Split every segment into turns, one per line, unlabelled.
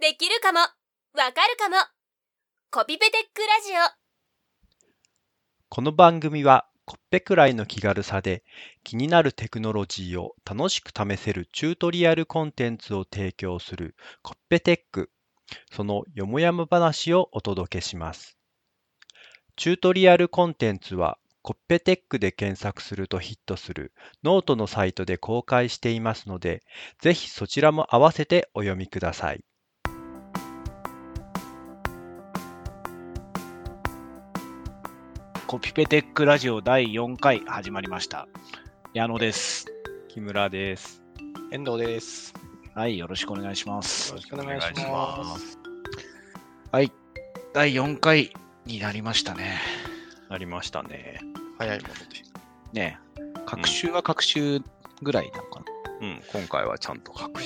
できるかもわかるかもコピペテックラジオ
この番組はコッペくらいの気軽さで気になるテクノロジーを楽しく試せるチュートリアルコンテンツを提供するコッペテックそのよもやま話をお届けしますチュートリアルコンテンツはコッペテックで検索するとヒットするノートのサイトで公開していますのでぜひそちらも合わせてお読みください
コピペテックラジオ第4回始まりました。矢野です。
木村です
遠藤です。
はい、よろしくお願いします
よろ。しくお願いします。
はい、第4回になりましたね。
なりましたね
早いもので。
ねえ、各週は各週ぐらいなのかな。
うん今回はちゃんと各
前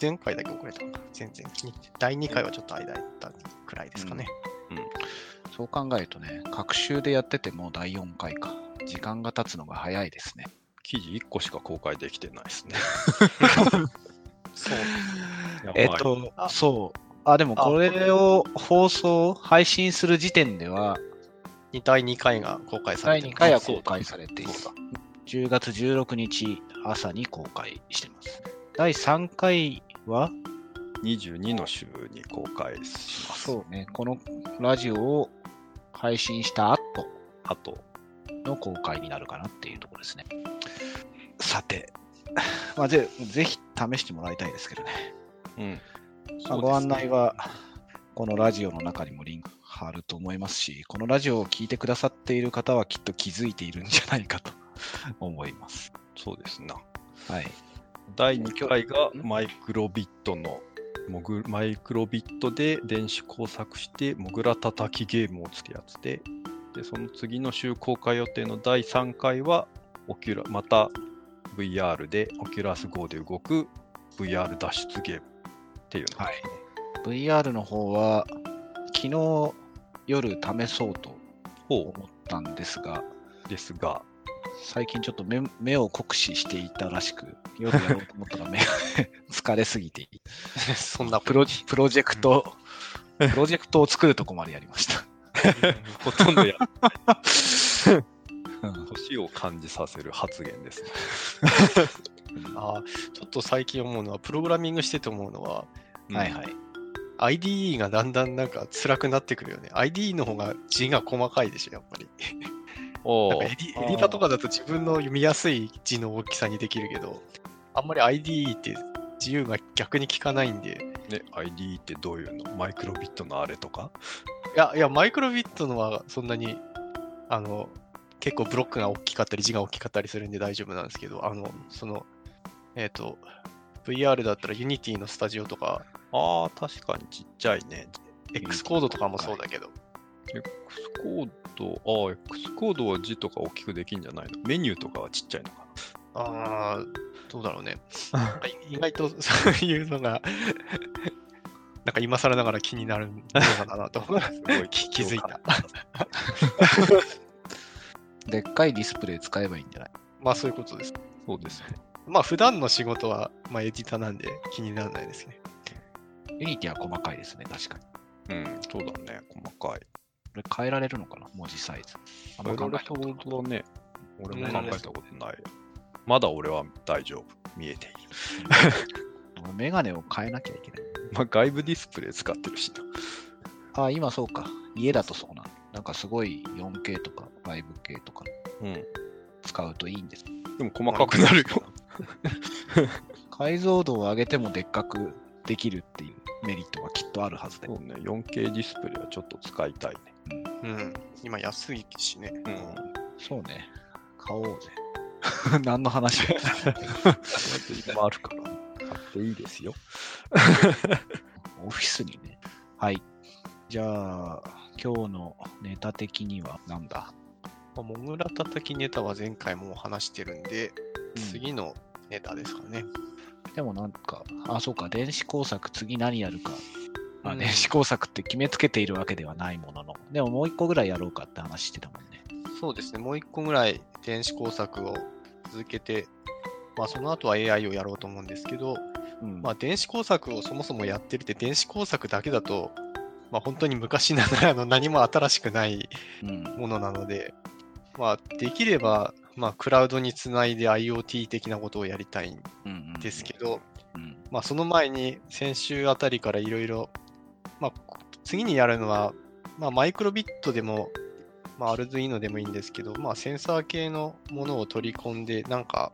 前回だけ遅れたのか。前々期に。第2回はちょっと間だったくらいですかね。
そう考えるとね、各週でやっててもう第4回か。時間が経つのが早いですね。
記事1個しか公開できてないですね。
そう。
えっと
あ、
そう。あ、でもこれを放送、配信する時点では、
に第2回が公開さ
第
れて
2
る
回は公開されている
そうだ。
10月16日朝に公開してます。第3回は、
22の週に公開します。
そうね、このラジオを配信した後
あと、
の公開になるかなっていうところですね。さて、 まあ、ぜぜひ試してもらいたいですけどね。
うん。
まあご案内は、このラジオの中にもリンク貼ると思いますし、このラジオを聞いてくださっている方はきっと気づいているんじゃないかと思います。
そうですな。
はい。
第2回がマイクロビットの、モグマイクロビットで電子工作して、モグラ叩きゲームをつけやつで、で、その次の週公開予定の第3回は、オキュラまた VR で、オキュラス GO で動く VR 脱出ゲームっていうのが、
はい VR の方は、昨日夜試そうと
ほ
思ったんですが、
うですが、
最近ちょっと目目を酷使していたらしく、夜やろうと思ったら目が 疲れすぎて、
そんな
プロプロジェクト、プロジェクトを作るとこまでやりました。
ほとんどや、
うん
年を感じさせる発言ですね。
あーちょっと最近思うのは、プログラミングしてて思うのは、
はいはい。
IDE がだんだんなんか辛くなってくるよね。IDE の方が字が細かいでしょ、やっぱり。
お
なん
ー
かエディエディタとかだと自分の見やすい字の大きさにできるけど、あんまり IDE って自由が逆に効かないんで、
ね、ID ってどういうのマイクロビットのあれとか
いや、いや、マイクロビットのはそんなに、あの、結構ブロックが大きかったり、字が大きかったりするんで大丈夫なんですけど、あの、その、えっ、と、VR だったら Unity のスタジオとか、
ああ、確かにちっちゃいね。
X コードとかもそうだけど、
X コード、ああ、X コードは字とか大きくできんじゃないのメニューとかはちっちゃいのか
あー、どうだろうね。
な
意外とそういうのが、 なんか今更ながら気になるのかなと思う
すごい
気気づいた。
でっかいディスプレイ使えばいいんじゃない
まあそういうことです。
そうですね。
まあ普段の仕事は、まあエディターなんで気にならないですね。
ユニティは細かいですね、確かに。
うん、そうだね。細かい。
これ変えられるのかな文字サイズ。あん
いろ
ま考
いろ
えたこ
と
とない
だね。俺も考えたことない。まだ俺は大丈夫。見えている。
俺メガネを変えなきゃいけない。
まあ、外部ディスプレイ使ってるしな。
あ、今そうか。家だとそうなんだ。なんかすごい 4K とか 5K とか
うん。
使うといいんです。
でも細かくなるよ。
解像度を上げてもでっかくできるっていうメリットがきっとあるはずで。
そうね。4K ディスプレイはちょっと使いたいね。
うん。今安いしね。
うん。
そうね。買おうぜ。 何の話だ
今あるから。買っていいですよ。
オフィスにね。はい。じゃあ、今日のネタ的にはなんだ
まあモグラ叩きネタは前回もう話してるんで、
うん
次のネタですかね。
でもなんか、あ、そうか、電子工作、次何やるか。まあ、
うん
電子工作って決めつけているわけではないものの、でももう一個ぐらいやろうかって話してたもんね。
そうですね。もう一個ぐらい電子工作を続けて、まあその後は AI をやろうと思うんですけど、
うん
まあ、電子工作をそもそもやってるって、電子工作だけだと、まあ、本当に昔ながらの 何も新しくない
うん
ものなので、まあ、できれば、まあ、クラウドにつないで IoT 的なことをやりたいん
うん
ですけど、
うん
まあ、その前に先週あたりからいろいろ、まあ、こ次にやるのは、まあ、マイクロビットでも、まあ、アルドゥイーノでもいいんですけど、まあ、センサー系のものを取り込んで、なんか、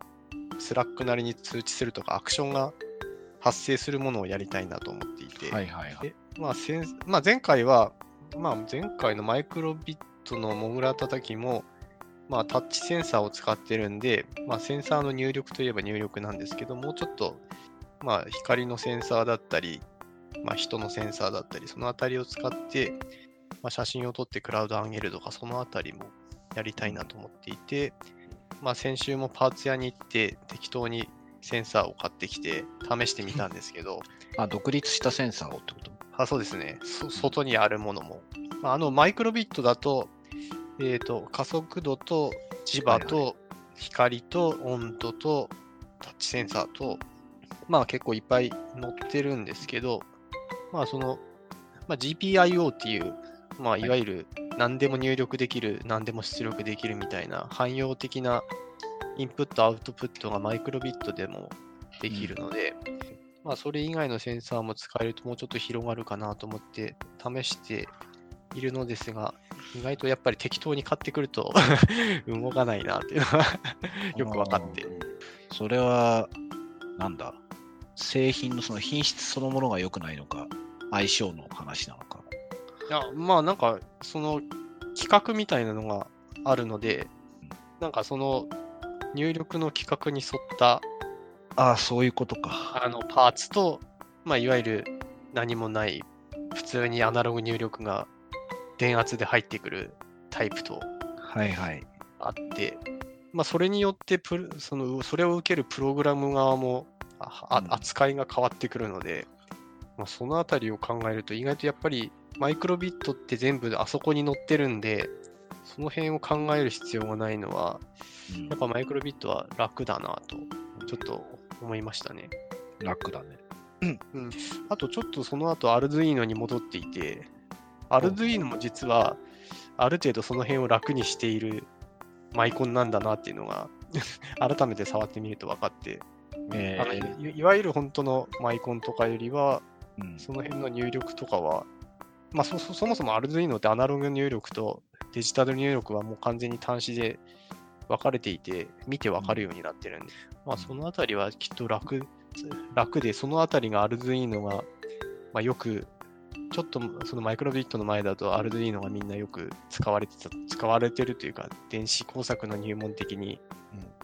スラックなりに通知するとか、アクションが発生するものをやりたいなと思っていて、
はいはいはい。
でまあセンまあ、前回は、まあ、前回のマイクロビットのモグラ叩きも、まあ、タッチセンサーを使ってるんで、まあ、センサーの入力といえば入力なんですけど、もうちょっと、まあ、光のセンサーだったり、まあ、人のセンサーだったり、そのあたりを使って、まあ、写真を撮ってクラウド上げるとか、そのあたりもやりたいなと思っていて、まあ、先週もパーツ屋に行って適当にセンサーを買ってきて試してみたんですけど、
あ、独立したセンサーをってこと
あそうですね。そ外にあるものも。まああの、マイクロビットだと、えっ、と、加速度と磁場
はい
と光と温度とタッチセンサーと、まあ結構いっぱい載ってるんですけど、まあその、まあ、GPIO っていう、まあいわゆる何でも入力できる、何でも出力できるみたいな汎用的なインプット、アウトプットがマイクロビットでもできるので、まあそれ以外のセンサーも使えるともうちょっと広がるかなと思って試しているのですが、意外とやっぱり適当に買ってくると 動かないなっていうのはよく分かって。
それは、なんだ、製品のその品質そのものが良くないのか、相性の話なのか。
いや、まあなんか、その企画みたいなのがあるので、なんかその入力の規格に沿った
ああ、そういうことか。
あのパーツと、まあいわゆる何もない、普通にアナログ入力が電圧で入ってくるタイプと
はいはい。
あって、まあそれによってプロその、それを受けるプログラム側もああ
うん
扱いが変わってくるので、まあ、そのあたりを考えると、意外とやっぱりマイクロビットって全部あそこに載ってるんで、その辺を考える必要がないのは、
うん
やっぱマイクロビットは楽だなと、ちょっと思いましたね。
楽だね。
あとちょっとその後アルドゥイーノに戻っていて、アルドゥイーノも実はある程度その辺を楽にしているマイコンなんだなっていうのが 改めて触ってみると分かって、
え
あのいいわゆる本当のマイコンとかよりは、
うん
その辺の入力とかは、まあ、そそそもそもアルドゥイーノってアナログ入力とデジタル入力はもう完全に端子で分かれていて、見て分かるようになってるんで、まあ、そのあたりはきっと楽楽で、そのあたりがアルドゥイーノが、まあ、よく、ちょっとそのマイクロビットの前だとアルドゥイーノがみんなよく使われてた、使われてるというか、電子工作の入門的に、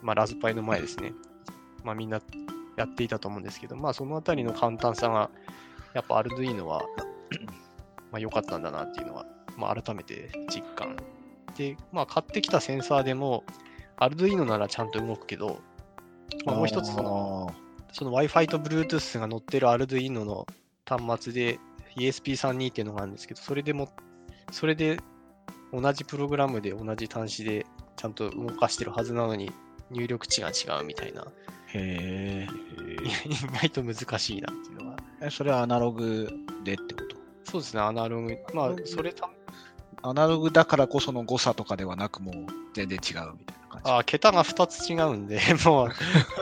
まあ、ラズパイの前ですね、まあ、みんなやっていたと思うんですけど、まあ、そのあたりの簡単さが、やっぱアルドゥイーノは、 まあ、良かったんだなっていうのは、まあ、改めて実感。で、まあ、買ってきたセンサーでも、アルドゥイーノならちゃんと動くけど、まあ、もう一つその、その Wi-Fi と Bluetooth が載ってる Arduino の端末で ESP32 っていうのがあるんですけど、それでも、それで同じプログラムで同じ端子でちゃんと動かしてるはずなのに入力値が違うみたいな、
へ
意外と難しいなっていうのが。
え。それはアナログでってこと
そうですね、アナログ。まあ
ログ、
それた、
アナログだからこその誤差とかではなく、もう全然違うみたいな感じ。
あ桁が2つ違うんで、 もう、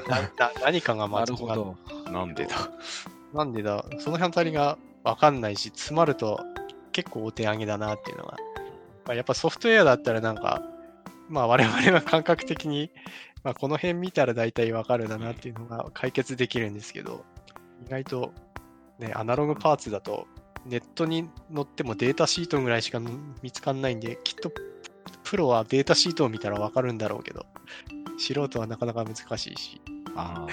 なな何かが間
な
違って
るほど。
なんでだ
なんでだ、その辺あたりが分かんないし、詰まると結構お手上げだなっていうのが。まあ、やっぱソフトウェアだったらなんか、まあ我々は感覚的に、まあ、この辺見たら大体分かるだなっていうのが解決できるんですけど、意外とね、アナログパーツだとネットに載ってもデータシートぐらいしか見つかんないんで、きっとプロはデータシートを見たら分かるんだろうけど、素人はなかなか難しいし、
あ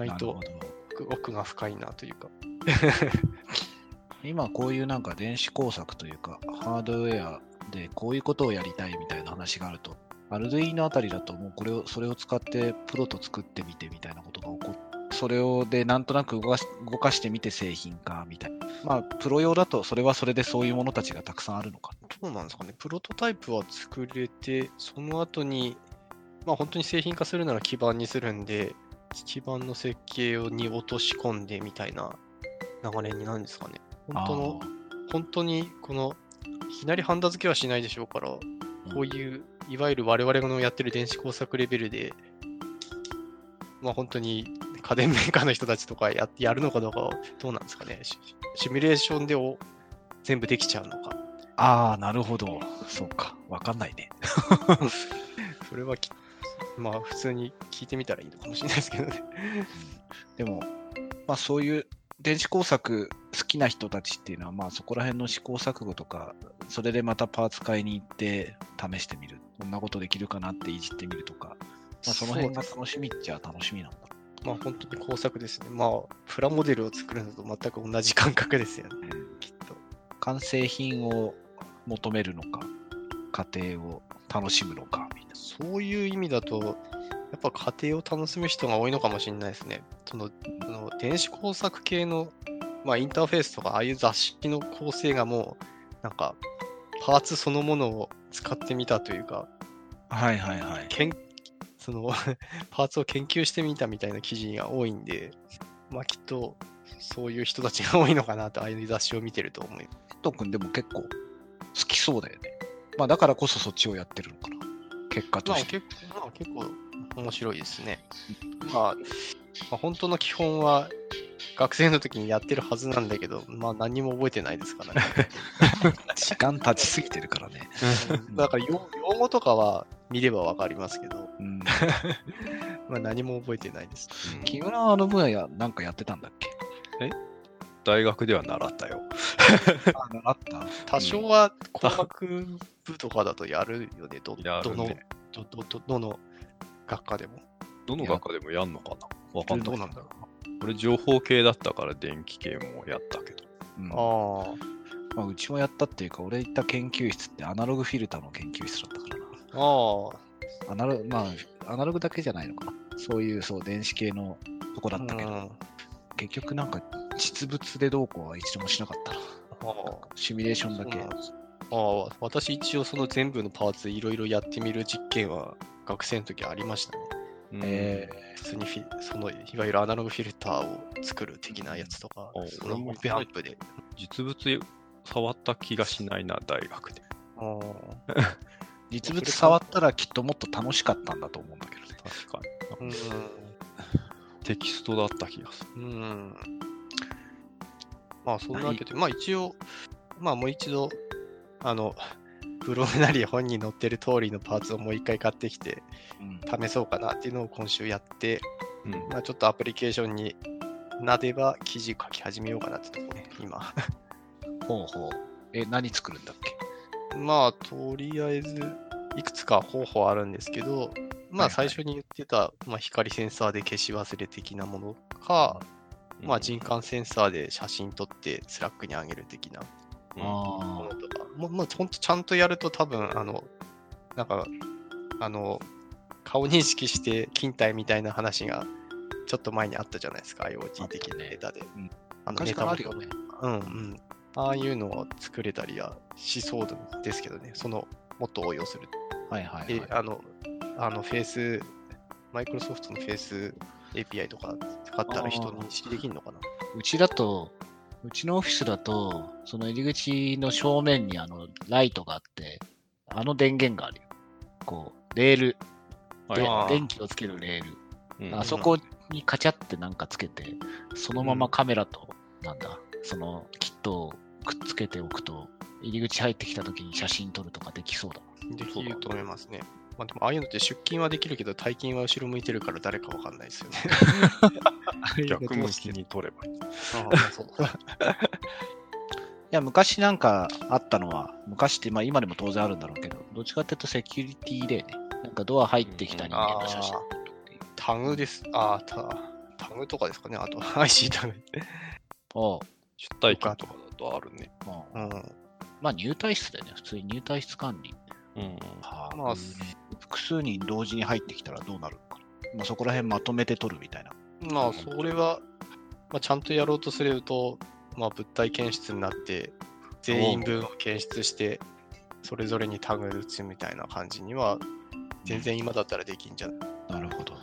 あ、
外
なる
と
ほど。
奥奥が深いなというか。
今こういうなんか電子工作というかハードウェアでこういうことをやりたいみたいな話があるとアルドゥイーノあたりだともうこれをそれを使ってプロと作ってみてみたいなことが起こってそれをでなんとなく動かし動かしてみて製品化みたいなまあプロ用だとそれはそれでそういうものたちがたくさんあるのか
どうなんですかね、プロトタイプは作れて、その後に、まあ本当に製品化するなら基盤にするんで、基板の設計をに落とし込んでみたいな流れになるんですかね。本当の
あー
本当にこのいきなりハンダ付けはしないでしょうから、こういういわゆる我々のやってる電子工作レベルで、まあ本当に家電メーカーの人たちとかややるのかどうかはどうなんですかね。シシミュレーションでお全部できちゃうのか。
あー、なるほど。そうか。わかんないね。
それはきまあ普通に聞いてみたらいいのかもしれないですけどね。
でも、まあそういう電子工作好きな人たちっていうのは、まあそこら辺の試行錯誤とか、それでまたパーツ買いに行って試してみる。こんなことできるかなっていじってみるとか、まあその辺が楽しみっちゃ楽しみなんだ。
まあ本当に工作ですね。まあプラモデルを作るのと全く同じ感覚ですよね。きっと。
完成品を求めるのか、過程を楽しむのか、みたいな。
そういう意味だと、やっぱ家庭を楽しむ人が多いのかもしれないですね。その、あの電子工作系の、まあ、インターフェースとか、ああいう雑誌の構成がもう、なんか、パーツそのものを使ってみたというか、
はいはいはい。
けん そのパーツを研究してみたみたいな記事が多いんで、まあ、きっと、そういう人たちが多いのかなと、ああいう雑誌を見てると思います。
ケント君でも結構好きそうだよね。まあだからこそそっちをやってるのかな。結果と
まあ
して。
結構まあ、結構面白いですね。まあ、まあ本当の基本は学生の時にやってるはずなんだけど、まあ何も覚えてないです からね。
時間経ちすぎてるからね。
だから用用語とかは見ればわかりますけど、
うん、
まあ何も覚えてないです。
木村はあの分野なんかやってたんだっけ
大学では習ったよ。
あ習った。
多少は工学部とかだとやるよね、ど
や
ど
る
の
ね。
どどどどの学科でも。
どの学科でもやんのかなわかん
ど
な
う
い。
なんだろ
俺、情報系だったから電気系もやったけど。
うん
う。ああ。
まあ、うちもやったっていうか、俺行った研究室ってアナログフィルターの研究室だったからな。
あ
アナログ、まあ、アナログだけじゃないのかな。そういう、そう、電子系のとこ
あ。
だったけど、
うん
結局なんか実物でどうこうは一度もしなかったな。
ああ
シミュレーションだけ。
そうなんですああ、私一応その全部のパーツいろいろやってみる実験は学生の時ありましたね。
うん
え
普通にフィそのいわゆるアナログフィルターを作る的なやつとか
うんあ、
そ
俺も
のベアンプで。
実物触った気がしないな、大学で。
あー
ー実物触ったらきっともっと楽しかったんだと思うんだけどね。
確か
う
に。
ん
テキストだった気がする。
うん。まあそんなわけで、まあ一応、まあもう一度、あの、ブログなり本に載ってる通りのパーツをもう一回買ってきて
うん
試そうかなっていうのを今週やって、
うん。
まあ、ちょっとアプリケーションになでば記事書き始めようかなってとこね、今。
ほうほう。え、何作るんだっけ
まあ、とりあえず、いくつか方法あるんですけど、ま
は
あ、
いは
最
い
初に言ってた、まあ、光センサーで消し忘れ的なものか、まあ、人感センサーで写真撮って、スラックに上げる的な
うん
も
あ
のとか、もう、まあ、ほんとちゃんとやると、多分あの、なんか、あの、顔認識して勤怠みたいな話が、ちょっと前にあったじゃないですか、IoT 的なネタで。
ん
あ
昔からあるよね。
うんうん。ああいうのを作れたりはしそうですけどね、そのもっと応用する。
はいはい
で
はい。
あの、あの、フェイス、マイクロソフトのフェイス API とか使った
あー
ら人認識できるのかな
うちだと、うちのオフィスだと、その入り口の正面にあのライトがあって、あの電源があるよ。こう、レール、
はい
で
あー
電気をつけるレール。
うん
あそこにカチャってなんかつけて、そのままカメラと、なんだ、そのキットをくっつけておくと、入り口入ってきた時に写真撮るとかできそうだ。
できると思いますね。まあでも、ああいうのって出勤はできるけど、退勤は後ろ向いてるから誰かわかんないですよね。
逆向きに取ればいい。
ああそう
いや、昔なんかあったのは、昔って、まあ今でも当然あるんだろうけど、どっちかっていうとセキュリティでね。なんかドア入ってきた人間の写真
うん タグです。ああ、タタグとかですかね。あと、IC タグ。
を、
出退勤とかだとあるね。
もう
うん。
まあ入退室だよね。普通に入退室管理。
うん。
は
まあ
複数人同時に入ってきたらどうなるのか。まあそこら辺まとめて撮るみたいな。
まあ、それは、まあ、ちゃんとやろうとすると、まあ、物体検出になって、全員分を検出して、それぞれにタグ打つみたいな感じには、全然今だったらできんじゃない、
なるほど。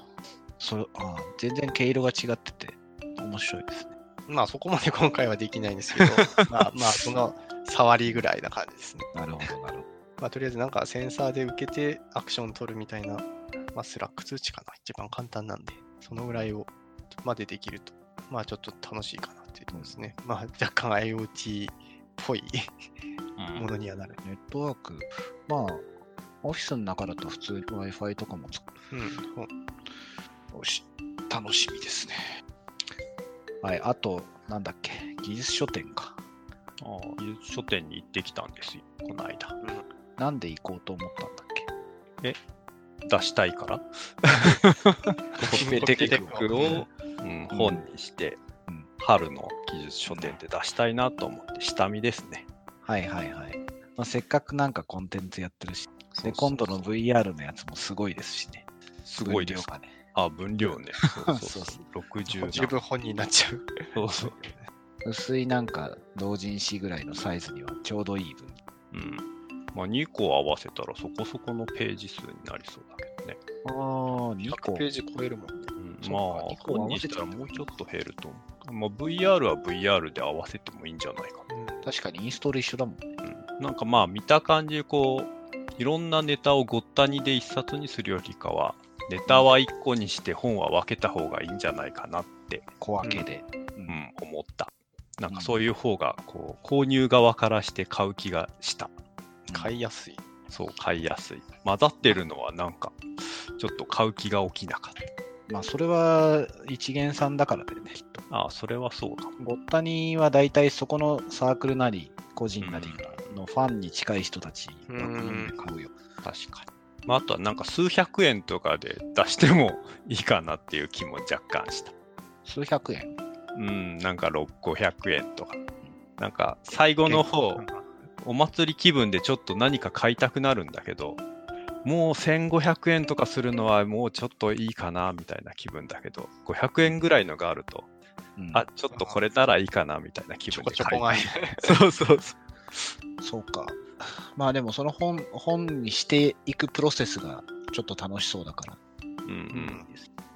それあー全然毛色が違ってて面白いですね。
まあそこまで今回はできないんですけ ど、まあまあその触りぐらいな感じですね。
なるほど、なるほど。
まあとりあえずなんかセンサーで受けてアクション取るみたいな、まあスラック通知かな。一番簡単なんで、そのぐらいをまでできると、まあちょっと楽しいかなっていうところですね。まあ若干 IoT っぽいものにはなる。
ネットワーク、まあ、オフィスの中だと普通に Wi-Fi とかも使
うん。ほん
うし、楽しみですね。はい、あと、なんだっけ、技術書店か。
ああ美術書店に行ってきたんですよ、この間。
なんで行こうと思ったんだっけ
出したいから。コピペテックを、うん
うん
本にして、
うん
春の技術書店で出したいなと思って、下見ですね。
はいはいはい。まあ、せっかくなんかコンテンツやってるし、
そうそう
で、今度の VR のやつもすごいですしね。
すごいです
分量がね。
あ、分量 ね。そうそう
そうそ
そう。60
自分本人になっちゃう。
そうそう。
薄いなんか、同人誌ぐらいのサイズにはちょうどいい分。
うん。まあ、2個合わせたらそこそこのページ数になりそうだけどね。
ああ、2
100
個
ペ。ージ超えるもんね。
うん、
そっか
まあ
二、個合
本
わ
に
せ
し
ち
た
ゃ
ら
う
もうちょっと減ると思う。まあ、VR は VR で合わせてもいいんじゃないか
うん
確かにインストール一緒だもん。
な。うん。なんかまあ、見た感じ、こう、いろんなネタをごったにで一冊にするよりかは、ネタは1個にして本は分けた方がいいんじゃないかなって、
小分けで。
う
うん
ん、思った。なんかそういう方が、こう、購入側からして買う気がした。
買いやすい。
そう、買いやすい。混ざってるのはなんか、ちょっと買う気が起きなかった。
まあ、それは一元さんだからだよね、きっと。
ああ、それはそうだ。
ごったには大体そこのサークルなり、個人なりのファンに近い人たちが
うん
買うよ。
確かに。まあ、あとはなんか数百円とかで出してもいいかなっていう気も若干した。
数百円。
うん、なんか6、500円とか。なんか最後の方、お祭り気分でちょっと何か買いたくなるんだけど、もう1500円とかするのはもうちょっといいかなみたいな気分だけど、500円ぐらいのがあると、
うん
あ、ちょっとこれならいいかなみたいな気
ちょ
分
こ
で
ちょ
買
こ
い
買い。
そうそうそう。
そうか。まあでもその本本にしていくプロセスがちょっと楽しそうだから、
うんうん。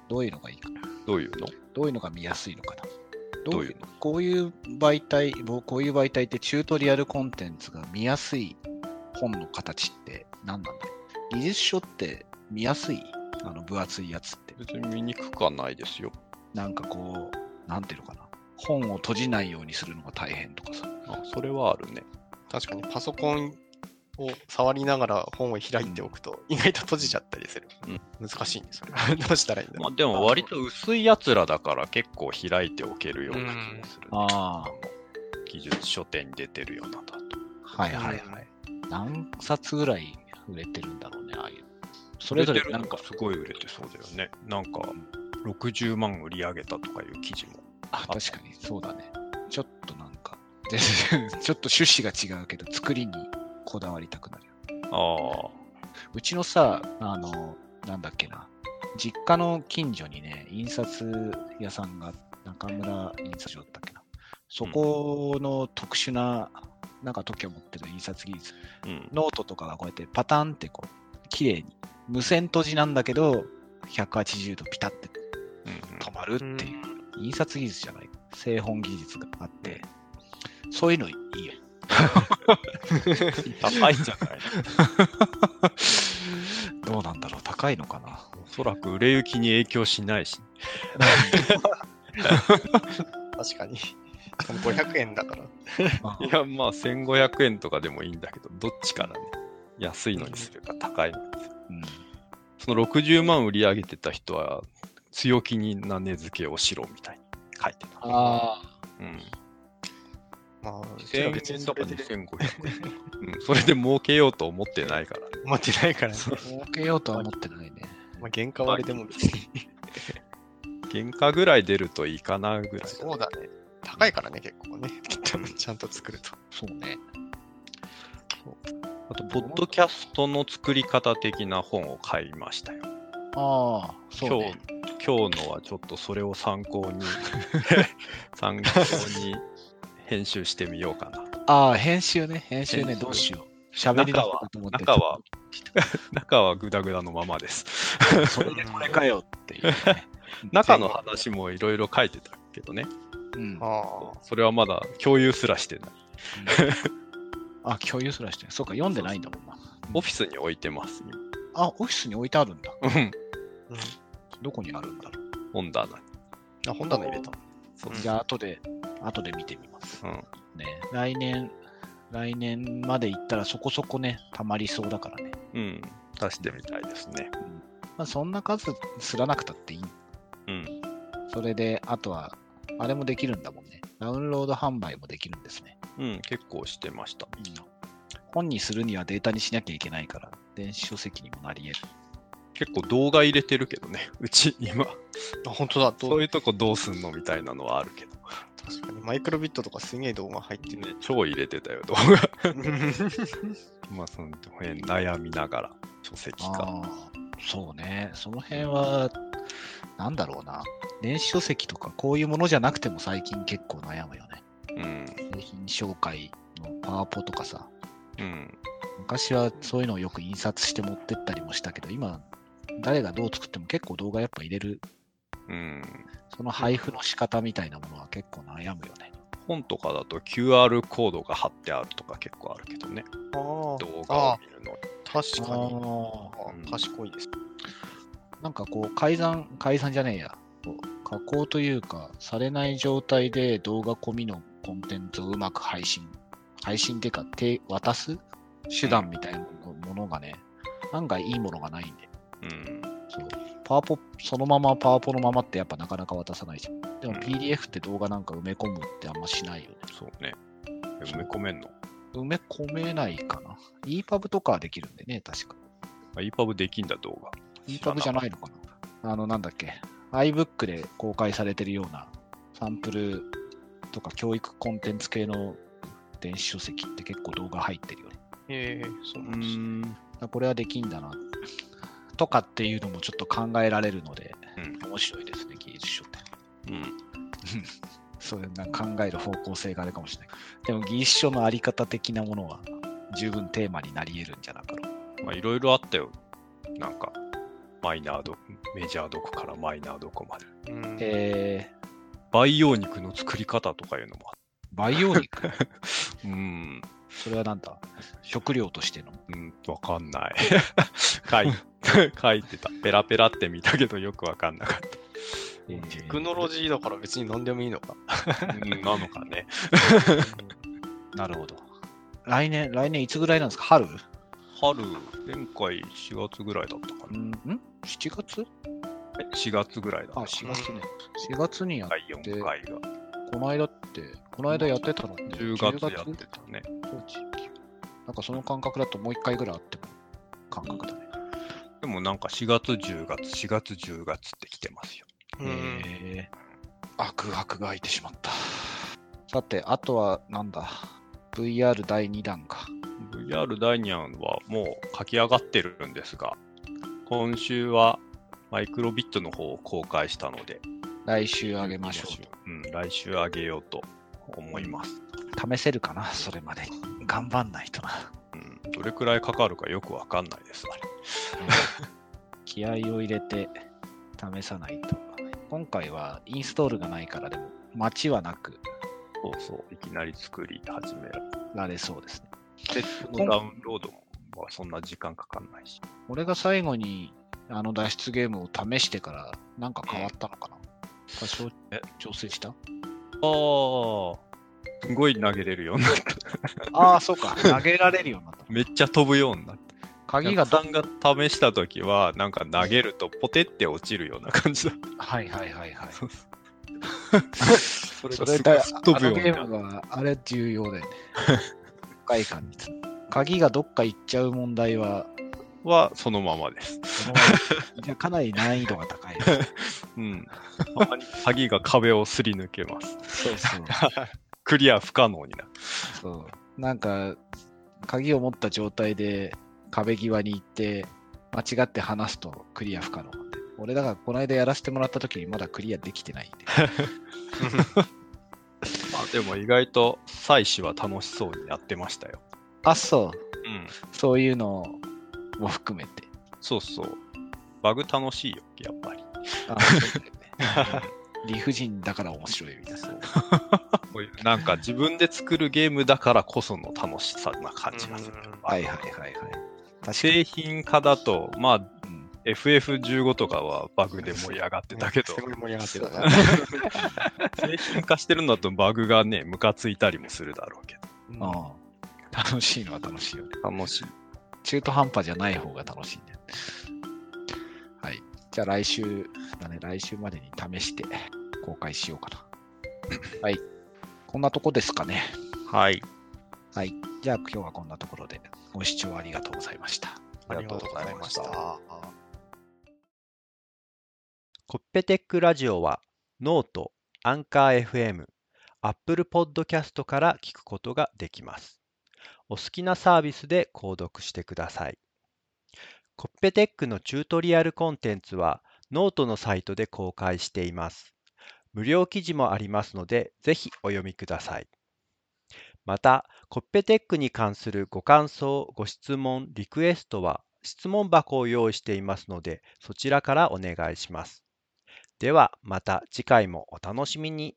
どういうのがいいか、
どういうの
どういうのが見やすいのかな。
どういうの
こういう媒体、ぼこういう媒体ってチュートリアルコンテンツが見やすい本の形って何なんだろう技術書って見やすいあの分厚いやつって。
別に見にくくはないですよ。
なんかこう、なんていうのかな。本を閉じないようにするのが大変とかさ。
あ、それはあるね。
確かにパソコンを触りながら本を開いておくと意外と閉じちゃったりする。難しいね、それは。 どうしたらいいんだ
ま
ろ
あ
う。
でも割と薄いやつらだから結構開いておけるような気もする、ね
ああ。
技術書店に出てるようなだと。
はいはいはい。何冊ぐらい売れてるんだろうね、ああいう。それぞれ
売てる
な
の
ん
が
か、
すごい売れてそうだよね。なんか60万売り上げたとかいう記事も。
あ、確かにそうだね。ちょっとなんか、 全然ちょっと趣旨が違うけど、作りにこだわりたくなるよ。
あ
うちのさ、あの、なんだっけな、実家の近所にね、印刷屋さんが、中村印刷所だったっけな。そこの特殊な、なんか特許を持ってる印刷技術
あ、うん。
ノートとかがこうやってパタンってこう、綺麗に、無線閉じなんだけど、180度ピタって
うん
止まるっていう、印刷技術じゃない、製本技術があって、そういうのい いよ。
うん、高いんじゃない
どうなんだろう、高いのかな。
おそらく売れ行きに影響しないし。
確かに。しかも500円だから。
いや、まあ1500円とかでもいいんだけど、どっちからね。安いのにするか高いのにするか。
うん
その60万売り上げてた人は強気にな値付けをしろみたいに書いてた。
あ
うん。
まあ、うちら
1000
別に
円
そ
とか
れで
2500円とか。うん、それで儲けようと思ってないからね。
持ってないからね。
あ、儲けようとは思ってないね。
まあ、原価割れでも別に。
原価ぐらい出るといいかなぐらい。
そうだね。高いからね、結構ね。 きっとちゃんと作ると。
そうね。
あと、ポッドキャストの作り方的な本を買いましたよ。
ああ、そう
今
ね。
日、今日のはちょっとそれを参考に、参考に編集してみようかなと。
ああ、編集ね、編集ね、
編集
どうしよう。喋りだ
中は
と思って。
中は 中はグダグダのままです。
それでこれかよっていうね、
中の話もいろいろ書いてたけどね。
うん。うん
あ
それはまだ共有すらしてない。
あ、共有すらして。そうか、読んでないんだもんな。
オフィスに置いてます。
あ、オフィスに置いてあるんだ。
うん。
あ。
どこにあるんだろう。
本棚に。
あ、本棚入れた。
そう
うん
じゃあ、後で、後で見てみます。
うん。
ね、来年、来年まで行ったらそこそこね、溜まりそうだからね。
うん。出してみたいですね。
まあ、そんな数すらなくたっていい。
うん。
それで、あとは、あれもできるんだもんね。ダウンロード販売もできるんですね。
うん。結構してました。
本にするにはデータにしなきゃいけないから、電子書籍にもなり得る。
結構動画入れてるけどね。うち今。
あ、本当だ。
そう
う
いうとこどうすんのみたいなのはあるけど。
確かに。マイクロビットとかすげえ動画入ってる。
ね、超入れてたよ、動画。
うん
まあ、その辺悩みながら、書籍か。
ああ、そうね。その辺は、なんだろうな。電子書籍とか、こういうものじゃなくても最近結構悩むよね。
うん。
製品紹介のパワポとかさ、
うん。
昔はそういうのをよく印刷して持ってったりもしたけど、今、誰がどう作っても結構動画やっぱ入れる、
うん。
その配布の仕方みたいなものは結構悩むよね。
本とかだと QR コードが貼ってあるとか結構あるけどね。
あー
動画
あ
を見るの。
ー、確かに。
あ
あ
うん
ー賢いです。
ーなんかこう、改ざん、改ざんじゃねえや。こう加工というか、されない状態で動画込みのコンテンツをうまく配信、配信っていうか、手渡す手段みたいなものがね、案外いいものがないんで。
うん。
そう。パワポ、そのままパワポのままってやっぱなかなか渡さないじゃん。でも
うん
PDF って動画なんか埋め込むってあんましないよね。
そうね。埋め込めんの
埋め込めないかな。EPUB とかはできるんでね、確か。
あ ?EPUB できんだ、動画。
EPUB じゃないのかな。あの、なんだっけ。iBook で公開されてるようなサンプルとか教育コンテンツ系の電子書籍って結構動画入ってるよね。
ええそう
う
なんです。
ん。
だからこれはできんだな。とかっていうのもちょっと考えられるので、
う
面白いですね、技術書って。
うん。
それな考える方向性があるかもしれない。でも、技術書のあり方的なものは、十分テーマになり得るんじゃなかろう。
まあ、いろいろあったよ。なんか、マイナード、メジャーどこからマイナーどこまで。
うん
え
培養肉の作り方とかいうのもあっ
ー、培養肉
た。うん。
それはなんだ食料としての
うん、わかんない。 書い 書いてた。ペラペラって見たけどよくわかんなかっ
テクノロジーだから別に何でもいいのか。
た。うんなのかね。
ー。なるほど。来年、来年いつぐらいなんですか春う
春、前回4月ぐらいだったか
ん
な。
ん ?7 月
4月ぐらいだ
あ、
っ
4月ね。4月にや
た。
っ
第4回が。
この間って、この間やってたのって、
10月やってたね。
そう地域なんかその感覚だともう1回ぐらいあっても感覚だね。
でもなんか4月、10月、4月、10月って来てますよ。
うん。
えあ、空白が空いてしまった。さて、あとはなんだ ?VR 第2弾か。
VR ダイニャンはもう書き上がってるんですが、今週はマイクロビットの方を公開したので、
来週あげましょ
うん、来週あげようと思います。
う。試せるかなそれまで。頑張んないとな。
うん、どれくらいかかるかよくわかんないです、あれ。
気合を入れて試さないと。今回はインストールがないからでも、待ちはなく
そうそう、いきなり作り始める。
られそうですね。
で、そのダウンロードもまあそんな時間かかんないし。
俺が最後にあの脱出ゲームを試してから、なんか変わったのかな多少
え
調整した
ああ、すごい投げれるようになった。
ああ、そう か。投げられるようになった。
めっちゃ飛ぶようになった。
鍵が
がさんが試したときは、なんか投げるとポテって落ちるような感じだった。
はいはいはいはい。
そう それ
そ
が
れ
す
だ
ごい吹
よ
っ飛ぶ
あ
よ
の
うに
ゲ
な
ー
っ
ムはあれ重要 だよね。不快感につながる鍵がどっか行っちゃう問題 は、
たはそのままです。
そのじゃあかなり難易度が高い。
うん。たまに鍵が壁をすり抜けます。
そうそう。
クリア不可能になる。
そうなんか、鍵を持った状態で壁際に行って、間違って話すとクリア不可能なんで。俺だからこの間やらせてもらった時にまだクリアできてないんで。
まあでも意外と祭祀は楽しそうにやってましたよ。
あ、そう。
うん。
そういうのをも含めて。
そうそう。バグ楽しいよ、やっぱり。
あそうだよね 理不尽だから面白いみたいな。
こういうなんか自分で作るゲームだからこその楽しさな感じがする。
はいはいはいはい。確かに。
製品化だと、まあ、
うん
FF15 とかはバグで盛り上がってたけど
す、ごい盛り上がって
そう
た。
だね
製品化してるんだとバグがね、ムカついたりもするだろうけ
うん
ああ楽しいのは楽しいよね。
ど。楽しい。
中途半端じゃない方が楽しいんだよ。はい。じゃあ来週だね、来週までに試して公開しようかな。 はい。こんなとこですかね。
はい。
はい。じゃあ今日はこんなところでご視聴ありがとうございました。
ありがとうございまし
ありが
た。
コッペテックラジオはノート、アンカー FM、Apple Podcast から聞くことができます。お好きなサービスで購読してください。コッペテックのチュートリアルコンテンツはノートのサイトで公開しています。無料記事もありますので、ぜひお読みください。また、コッペテックに関するご感想、ご質問、リクエストは質問箱を用意していますので、そちらからお願いします。ではまた次回もお楽しみに。